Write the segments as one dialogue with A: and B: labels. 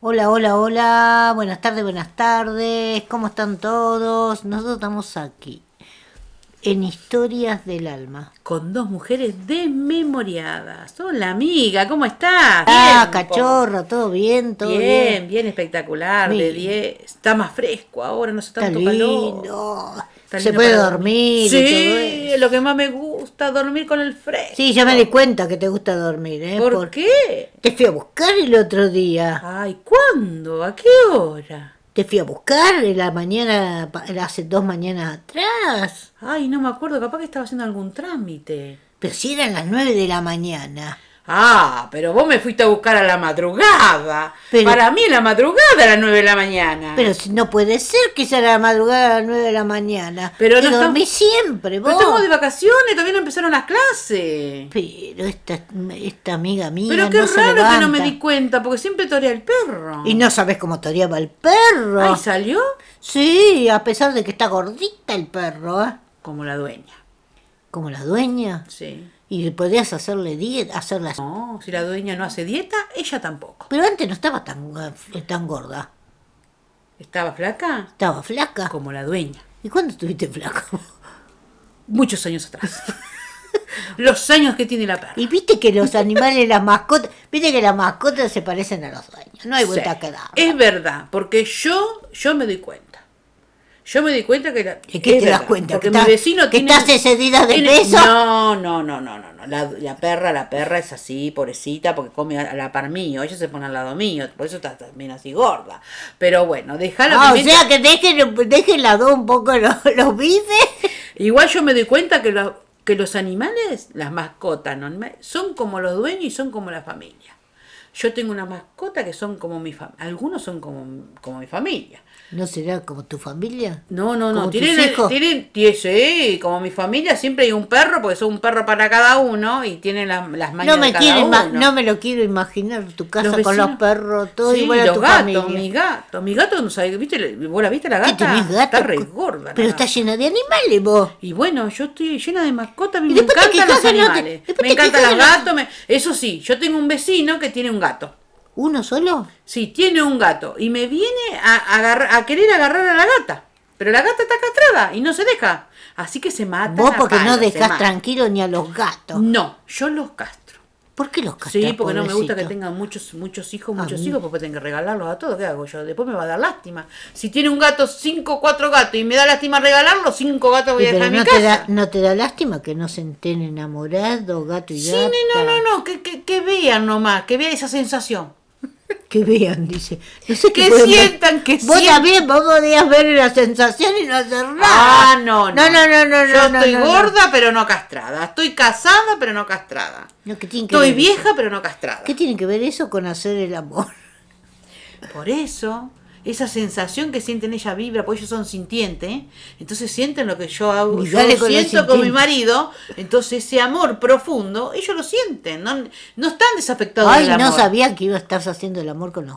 A: Hola, hola, hola, buenas tardes, buenas tardes, ¿cómo están todos? Nosotros estamos aquí, en Historias del Alma.
B: Con dos mujeres desmemoriadas. Hola, amiga, ¿cómo estás?
A: Ah,
B: Tiempo.
A: cachorro, todo bien, todo
B: Bien,
A: bien.
B: bien, espectacular, de
A: Bien.
B: 10. Está más fresco ahora, no hace
A: Está
B: tanto calor.
A: lindo.
B: Está
A: Se
B: lindo
A: puede
B: para
A: dormir y todo
B: Sí,
A: eso.
B: es lo que más me gusta, dormir con el fresco.
A: Sí, ya me di cuenta que te gusta dormir, ¿eh?
B: ¿Por
A: Porque
B: qué?
A: Te fui a buscar el otro día.
B: Ay, ¿cuándo? ¿A qué hora?
A: Te fui a buscar en la mañana, pa- hace dos mañanas atrás.
B: Ay, no me acuerdo, capaz que estaba haciendo algún trámite.
A: Pero si eran las nueve de la mañana.
B: Ah, pero vos me fuiste a buscar a la madrugada.
A: Pero-
B: Para mí la madrugada a las 9 de la mañana.
A: Pero si no puede ser que sea la madrugada a las nueve de la mañana.
B: Pero
A: Te
B: no
A: dormí siempre,
B: Pero
A: vos.
B: Pues estamos de vacaciones, todavía no empezaron las clases.
A: Pero esta, esta amiga mía
B: Pero qué
A: no se
B: raro que no me
A: levanta.
B: di cuenta, porque siempre torea el perro.
A: Y no sabes cómo toreaba el perro.
B: Ahí salió
A: Sí, a pesar de que está gordita el perro, ¿eh?
B: como la dueña.
A: Como la dueña.
B: Sí.
A: Y podías hacerle dieta, hacerla...
B: No, si la dueña no hace dieta, ella tampoco.
A: Pero antes no estaba tan, eh, tan gorda.
B: Estaba flaca
A: Estaba flaca.
B: como la dueña.
A: ¿Y cuándo estuviste flaco?
B: Muchos años atrás. Los años que tiene la perra.
A: Y viste que los animales, las mascotas... Viste que las mascotas se parecen a los dueños. No hay vuelta
B: Sí.
A: que dar.
B: Es verdad, porque yo, yo me doy cuenta. Yo me di cuenta que la.
A: ¿Y qué
B: es
A: te das
B: verdad,
A: cuenta?
B: Porque
A: ¿Que
B: mi
A: estás-
B: vecino
A: que
B: tiene.
A: estás excedida de
B: tiene-
A: peso?
B: No, no, no, no, no. no. La, la perra, la perra es así, pobrecita, porque come a, a la par mío. Ella se pone al lado mío, por eso está también así gorda. Pero bueno, déjala.
A: Ah, o
B: que me-
A: sea que dejen, dejen la dos un poco los, los bifes.
B: Igual yo me doy cuenta que, lo- que los animales, las mascotas, ¿no? son como los dueños y son como la familia. Yo tengo una mascota que son como mi familia. Algunos son como, como mi familia.
A: ¿No será como tu familia?
B: No, no, no.
A: ¿Como tus
B: Tienen, el-
A: hijos?
B: tienen, tie- sí, como mi familia siempre hay un perro, porque son un perro para cada uno y tienen las, las mañas
A: No me,
B: de
A: quiero
B: cada
A: ima-
B: uno.
A: no me lo quiero imaginar, tu casa
B: Los
A: con los
B: vecinos-
A: perros, todo
B: sí,
A: igual a
B: los
A: tu
B: gatos,
A: familia.
B: mi gato, mi gato no sabe, ¿viste? la- ¿Vos la viste la
A: ¿Qué
B: gata?
A: tenés gato?
B: Está re gorda.
A: Pero
B: la
A: está
B: gata.
A: llena de animales vos.
B: Y bueno, yo estoy llena de mascotas, me
A: Y después te
B: encantan
A: quejas
B: los
A: de los-
B: animales.
A: después
B: me
A: te
B: encantan
A: quejas
B: los
A: de los-
B: gatos. me- Eso sí, yo tengo un vecino que tiene un gato.
A: ¿Uno solo?
B: Sí, tiene un gato. Y me viene a, agarrar- a querer agarrar a la gata. Pero la gata está castrada y no se deja. Así que se mata.
A: Vos porque no dejás tranquilo ni a los gatos.
B: No, yo los castro.
A: ¿Por qué los castrás,
B: Mm. Sí, porque no me gusta
A: pobrecito?
B: que
A: Ah,
B: tengan muchos muchos hijos,
A: A
B: muchos
A: mí-
B: hijos, porque tengo que regalarlos a todos. ¿Qué hago yo? Después me va a dar lástima. Si tiene un gato, cinco, cuatro gatos, y me da lástima regalarlos, cinco gatos voy
A: Y
B: a
A: pero
B: dejar en mi
A: no
B: casa.
A: te, da, no te da lástima que no se enteren enamorados, gato y
B: Sí,
A: gata.
B: no, no, no, que, que, que vean nomás, que vean esa sensación.
A: Que vean, dice. No sé qué
B: Que
A: pueden ver.
B: sientan, que
A: Vos
B: sientan.
A: también, vos podías ver la sensación y no hacer nada.
B: Ah, no, no.
A: No, no, no, no,
B: Yo
A: no,
B: estoy
A: no, no.
B: gorda, pero no castrada. Estoy casada, pero no castrada.
A: No, ¿qué tiene que
B: Estoy
A: ver
B: vieja, pero no castrada.
A: eso? ¿Qué tiene que ver eso con hacer el amor?
B: Por eso, esa sensación que sienten ella vibra, porque ellos son sintientes, ¿eh? entonces sienten lo que yo hago,
A: Y
B: yo
A: dale
B: lo
A: con los
B: siento con mi
A: sintientes.
B: marido, entonces ese amor profundo, ellos lo sienten, no, no están desafectados
A: Ay,
B: del amor.
A: no sabía que ibas a estar haciendo el amor con los,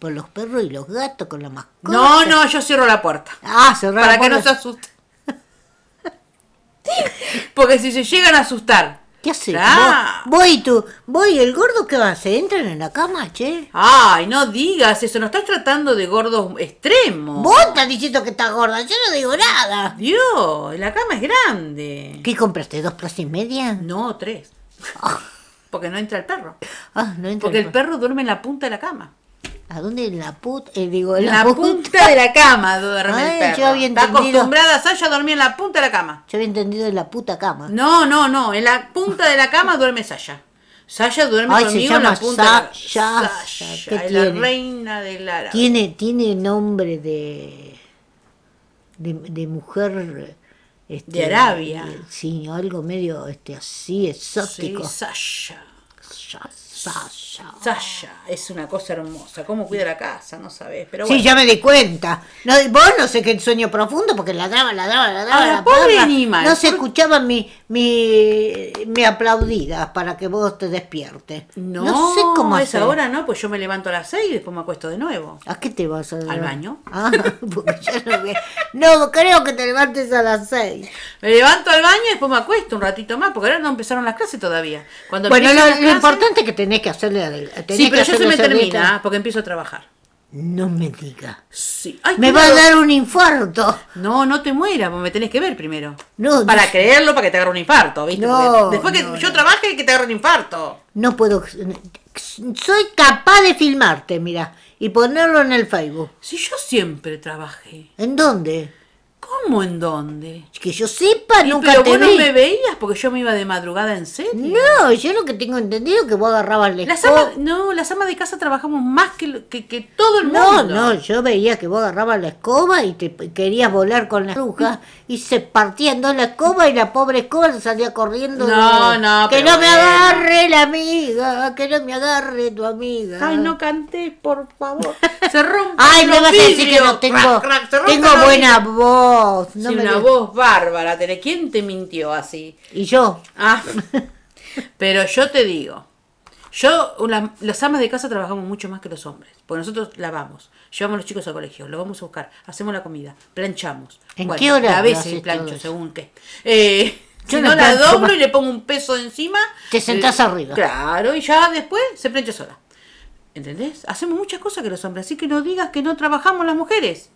A: con los perros y los gatos, con la mascota.
B: no, no, yo cierro la puerta.
A: Ah, cerrar
B: Para
A: la
B: que no se
A: puerta.
B: asusten. Porque si se llegan a asustar.
A: ¿Qué haces?
B: Ah.
A: Vos, vos y tú, vos y el gordo, ¿qué vas? ¿Se entran en la cama, che?
B: Ay, no digas eso, nos estás tratando de gordos extremos.
A: Vos estás diciendo que estás gorda, yo no digo nada.
B: Dios, la cama es grande.
A: ¿Qué compraste? ¿Dos plazas y media?
B: No, tres. Porque no entra el perro.
A: Ah, no entra
B: Porque
A: el
B: el perro duerme en la punta de la cama.
A: ¿A dónde? En la puta. eh, digo, en
B: En
A: la,
B: la
A: puta.
B: punta de la cama duerme
A: Ay,
B: el perro.
A: yo había
B: Está
A: entendido.
B: acostumbrada Sasha a dormir en la punta de la cama.
A: Yo había entendido en la puta cama.
B: No, no, no. En la punta de la cama duerme Sasha. Sasha duerme
A: Ay, se
B: conmigo en
A: llama
B: la punta de la
A: Sasha. ¿Qué
B: Sasha, es
A: tiene?
B: la reina del árabe.
A: Tiene, tiene nombre de, de, de mujer. este,
B: De Arabia.
A: eh, Sí, algo medio este, así,
B: Sí,
A: exótico.
B: Sasha.
A: Sa- Sasha.
B: Sasha es una cosa hermosa. ¿Cómo cuida la casa? No sabés. Pero
A: Sí,
B: bueno.
A: ya me di cuenta. No, vos no sé qué sueño profundo, porque ladraba, ladraba, ladraba.
B: Ahora,
A: la
B: pobre
A: perra.
B: animal,
A: No se
B: por-
A: escuchaban mi, mi, mi aplaudida para que vos te despiertes.
B: No,
A: sé cómo
B: es
A: hacer.
B: ahora, ¿no? Pues yo me levanto a las 6 y después me acuesto de nuevo.
A: ¿A qué te vas a
B: Al baño.
A: Ah, porque yo no veo. No, creo que te levantes a las seis.
B: Me levanto al baño y después me acuesto un ratito más, porque ahora no empezaron las clases todavía. Cuando
A: Bueno, lo,
B: empiecen las
A: lo
B: clases-
A: importante es que tenés que hacerle. a- Tenés
B: Sí, pero
A: que
B: yo se
A: hacerle
B: me
A: servir-
B: termina, porque empiezo a trabajar.
A: No me diga.
B: Sí. Ay,
A: Me
B: qué
A: va a
B: miedo.
A: dar un infarto.
B: No, no te mueras, vos me tenés que ver primero.
A: No,
B: para
A: no-
B: creerlo, para que te agarre un infarto, ¿viste?
A: No,
B: Porque después que
A: no,
B: yo
A: no.
B: trabaje, que te agarre un infarto.
A: No puedo. Soy capaz de filmarte, mira, y ponerlo en el Facebook.
B: Si yo siempre trabajé,
A: ¿En dónde?
B: ¿cómo en dónde?
A: Que yo sepa, nunca
B: Pero
A: te
B: vos
A: vi.
B: no me veías porque yo me iba de madrugada en serio.
A: No, yo lo que tengo entendido es que vos agarrabas la
B: Las
A: escoba.
B: amas, no, las amas de casa trabajamos más que, lo- que, que todo el
A: No,
B: mundo.
A: no, yo veía que vos agarrabas la escoba y te p- querías volar con la bruja y se partía en dos la escoba y la pobre escoba se salía corriendo.
B: No, no,
A: Que
B: pero
A: no me
B: bueno.
A: agarre la amiga, que no me agarre tu amiga.
B: Ay, no cantes, por favor. Se rompe.
A: Ay, me vas a decir que no tengo, tengo buena voz. No me
B: una
A: digas.
B: voz bárbara, tenés. ¿Quién te mintió así?
A: Y yo,
B: Ah, pero yo te digo, yo, la- las amas de casa trabajamos mucho más que los hombres, porque nosotros lavamos, llevamos a los chicos al colegio, los vamos a buscar, hacemos la comida, planchamos.
A: ¿En qué horario
B: A veces
A: haces todo
B: plancho,
A: eso?
B: según qué. Eh,
A: Yo
B: si
A: no
B: no la
A: plancho
B: doblo
A: más.
B: y le pongo un peso encima.
A: Te sentás
B: eh,
A: arriba.
B: Claro, y ya después se plancha sola. ¿Entendés? Hacemos muchas cosas que los hombres, así que no digas que no trabajamos las mujeres.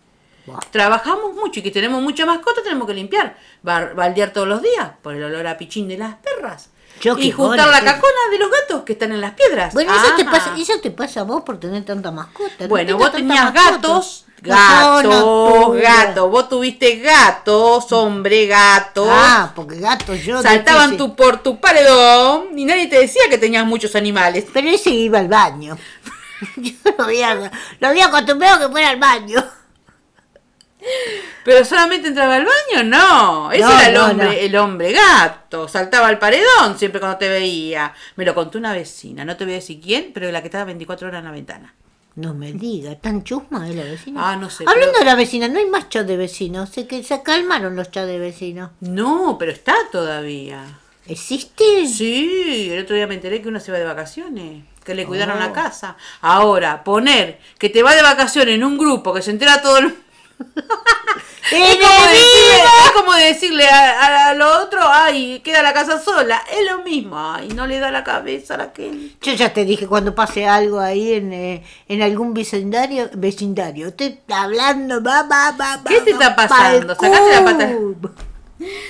A: Buah.
B: Trabajamos mucho y que tenemos mucha mascota, tenemos que limpiar, Bar- baldear todos los días por el olor a pichín de las perras.
A: Yo
B: y
A: qué
B: juntar
A: joda,
B: la
A: qué-
B: cacona de los gatos que están en las piedras.
A: bueno, eso te,
B: Ah.
A: pasa, eso te pasa a vos por tener tanta mascota. no
B: Bueno,
A: tengo
B: vos
A: tanta
B: tenías
A: mascota.
B: gatos,
A: No, yo no
B: gatos,
A: tuve.
B: gatos. Vos tuviste gatos, hombre, gatos.
A: Ah, porque gatos yo.
B: Saltaban
A: difícil.
B: tu, por tu paredón y nadie te decía que tenías muchos animales.
A: Pero ese iba al baño. Yo lo había, lo había acostumbrado que fuera al baño.
B: Pero solamente entraba al baño, no. Ese
A: No,
B: era el
A: no,
B: hombre,
A: no.
B: el hombre gato. Saltaba al paredón siempre cuando te veía. Me lo contó una vecina, no te voy a decir quién, pero la que estaba 24 horas en la ventana.
A: No me diga, tan chusma es la vecina.
B: Ah, no sé.
A: Hablando
B: pero-
A: de la vecina, no hay más chats de vecinos. Sé que se calmaron los chats de vecinos.
B: No, pero está todavía.
A: ¿Existe?
B: Sí, el otro día me enteré que uno se va de vacaciones, que le cuidaron la
A: Oh.
B: casa. Ahora, poner que te va de vacaciones en un grupo que se entera todo el Es como decirle, es como decirle a, a- a lo otro, ay, queda la casa sola. Es lo mismo, ay, no le da la cabeza a la que...
A: Yo ya te dije cuando pase algo ahí en, eh, en algún vecindario, vecindario. Usted está hablando, va, va, va,
B: ¿Qué
A: va,
B: te
A: va,
B: está
A: pa'l
B: pasando? Sacate la pata.
A: cubo.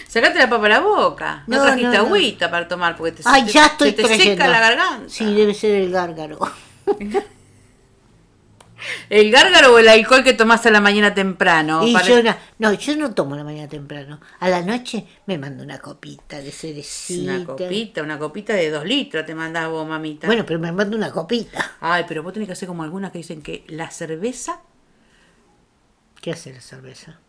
B: Sacate la papa a la boca. No,
A: No,
B: trajiste
A: no, no.
B: agüita para tomar porque te, se
A: Ay,
B: te-
A: ya estoy
B: se te
A: creyendo.
B: seca la garganta.
A: Sí, debe ser el gárgaro.
B: El gárgaro o el alcohol que tomaste a la mañana temprano.
A: y
B: para-
A: yo na- no, yo no tomo a la mañana temprano. A la noche me mando una copita de cerecita.
B: Una copita, una copita de dos litros te mandás vos, mamita.
A: Bueno, pero me mando una copita.
B: Ay, pero vos tenés que hacer como algunas que dicen que la cerveza
A: ¿Qué hace la cerveza?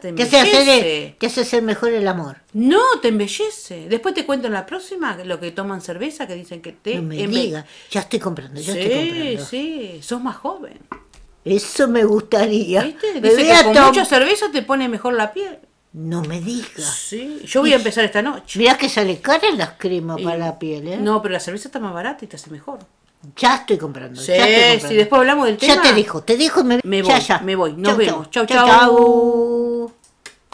B: te
A: Te hace,
B: embellece.
A: hacer el- te hace ser mejor el amor.
B: No, te embellece. Después te cuento en la próxima lo que toman cerveza, que dicen que te
A: No me
B: embe-
A: diga. Ya estoy comprando, ya estoy
B: Sí,
A: comprando.
B: sí, sos más joven.
A: Eso me gustaría.
B: ¿Viste?
A: Me
B: Dice
A: voy
B: que
A: a
B: con
A: tom-
B: mucha cerveza te pone mejor la piel.
A: No me diga.
B: Sí, yo voy a empezar esta noche.
A: Mirá que sale cara las cremas
B: Y-
A: para la piel, ¿eh?
B: No, pero la cerveza está más barata y te hace mejor.
A: Ya estoy comprando.
B: Sí,
A: ya estoy
B: sí,
A: comprando.
B: después hablamos del tema.
A: Ya te dijo, te dijo, me,
B: Me
A: ya,
B: voy,
A: ya.
B: me voy. Nos
A: Chau,
B: vemos. Chau,
A: chau.
B: chau.